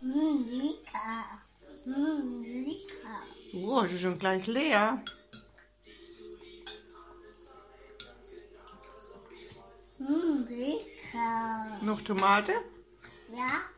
Mh, lecker. Mh, lecker. Oh, es ist schon gleich leer. Mh, lecker. Noch Tomate? Ja?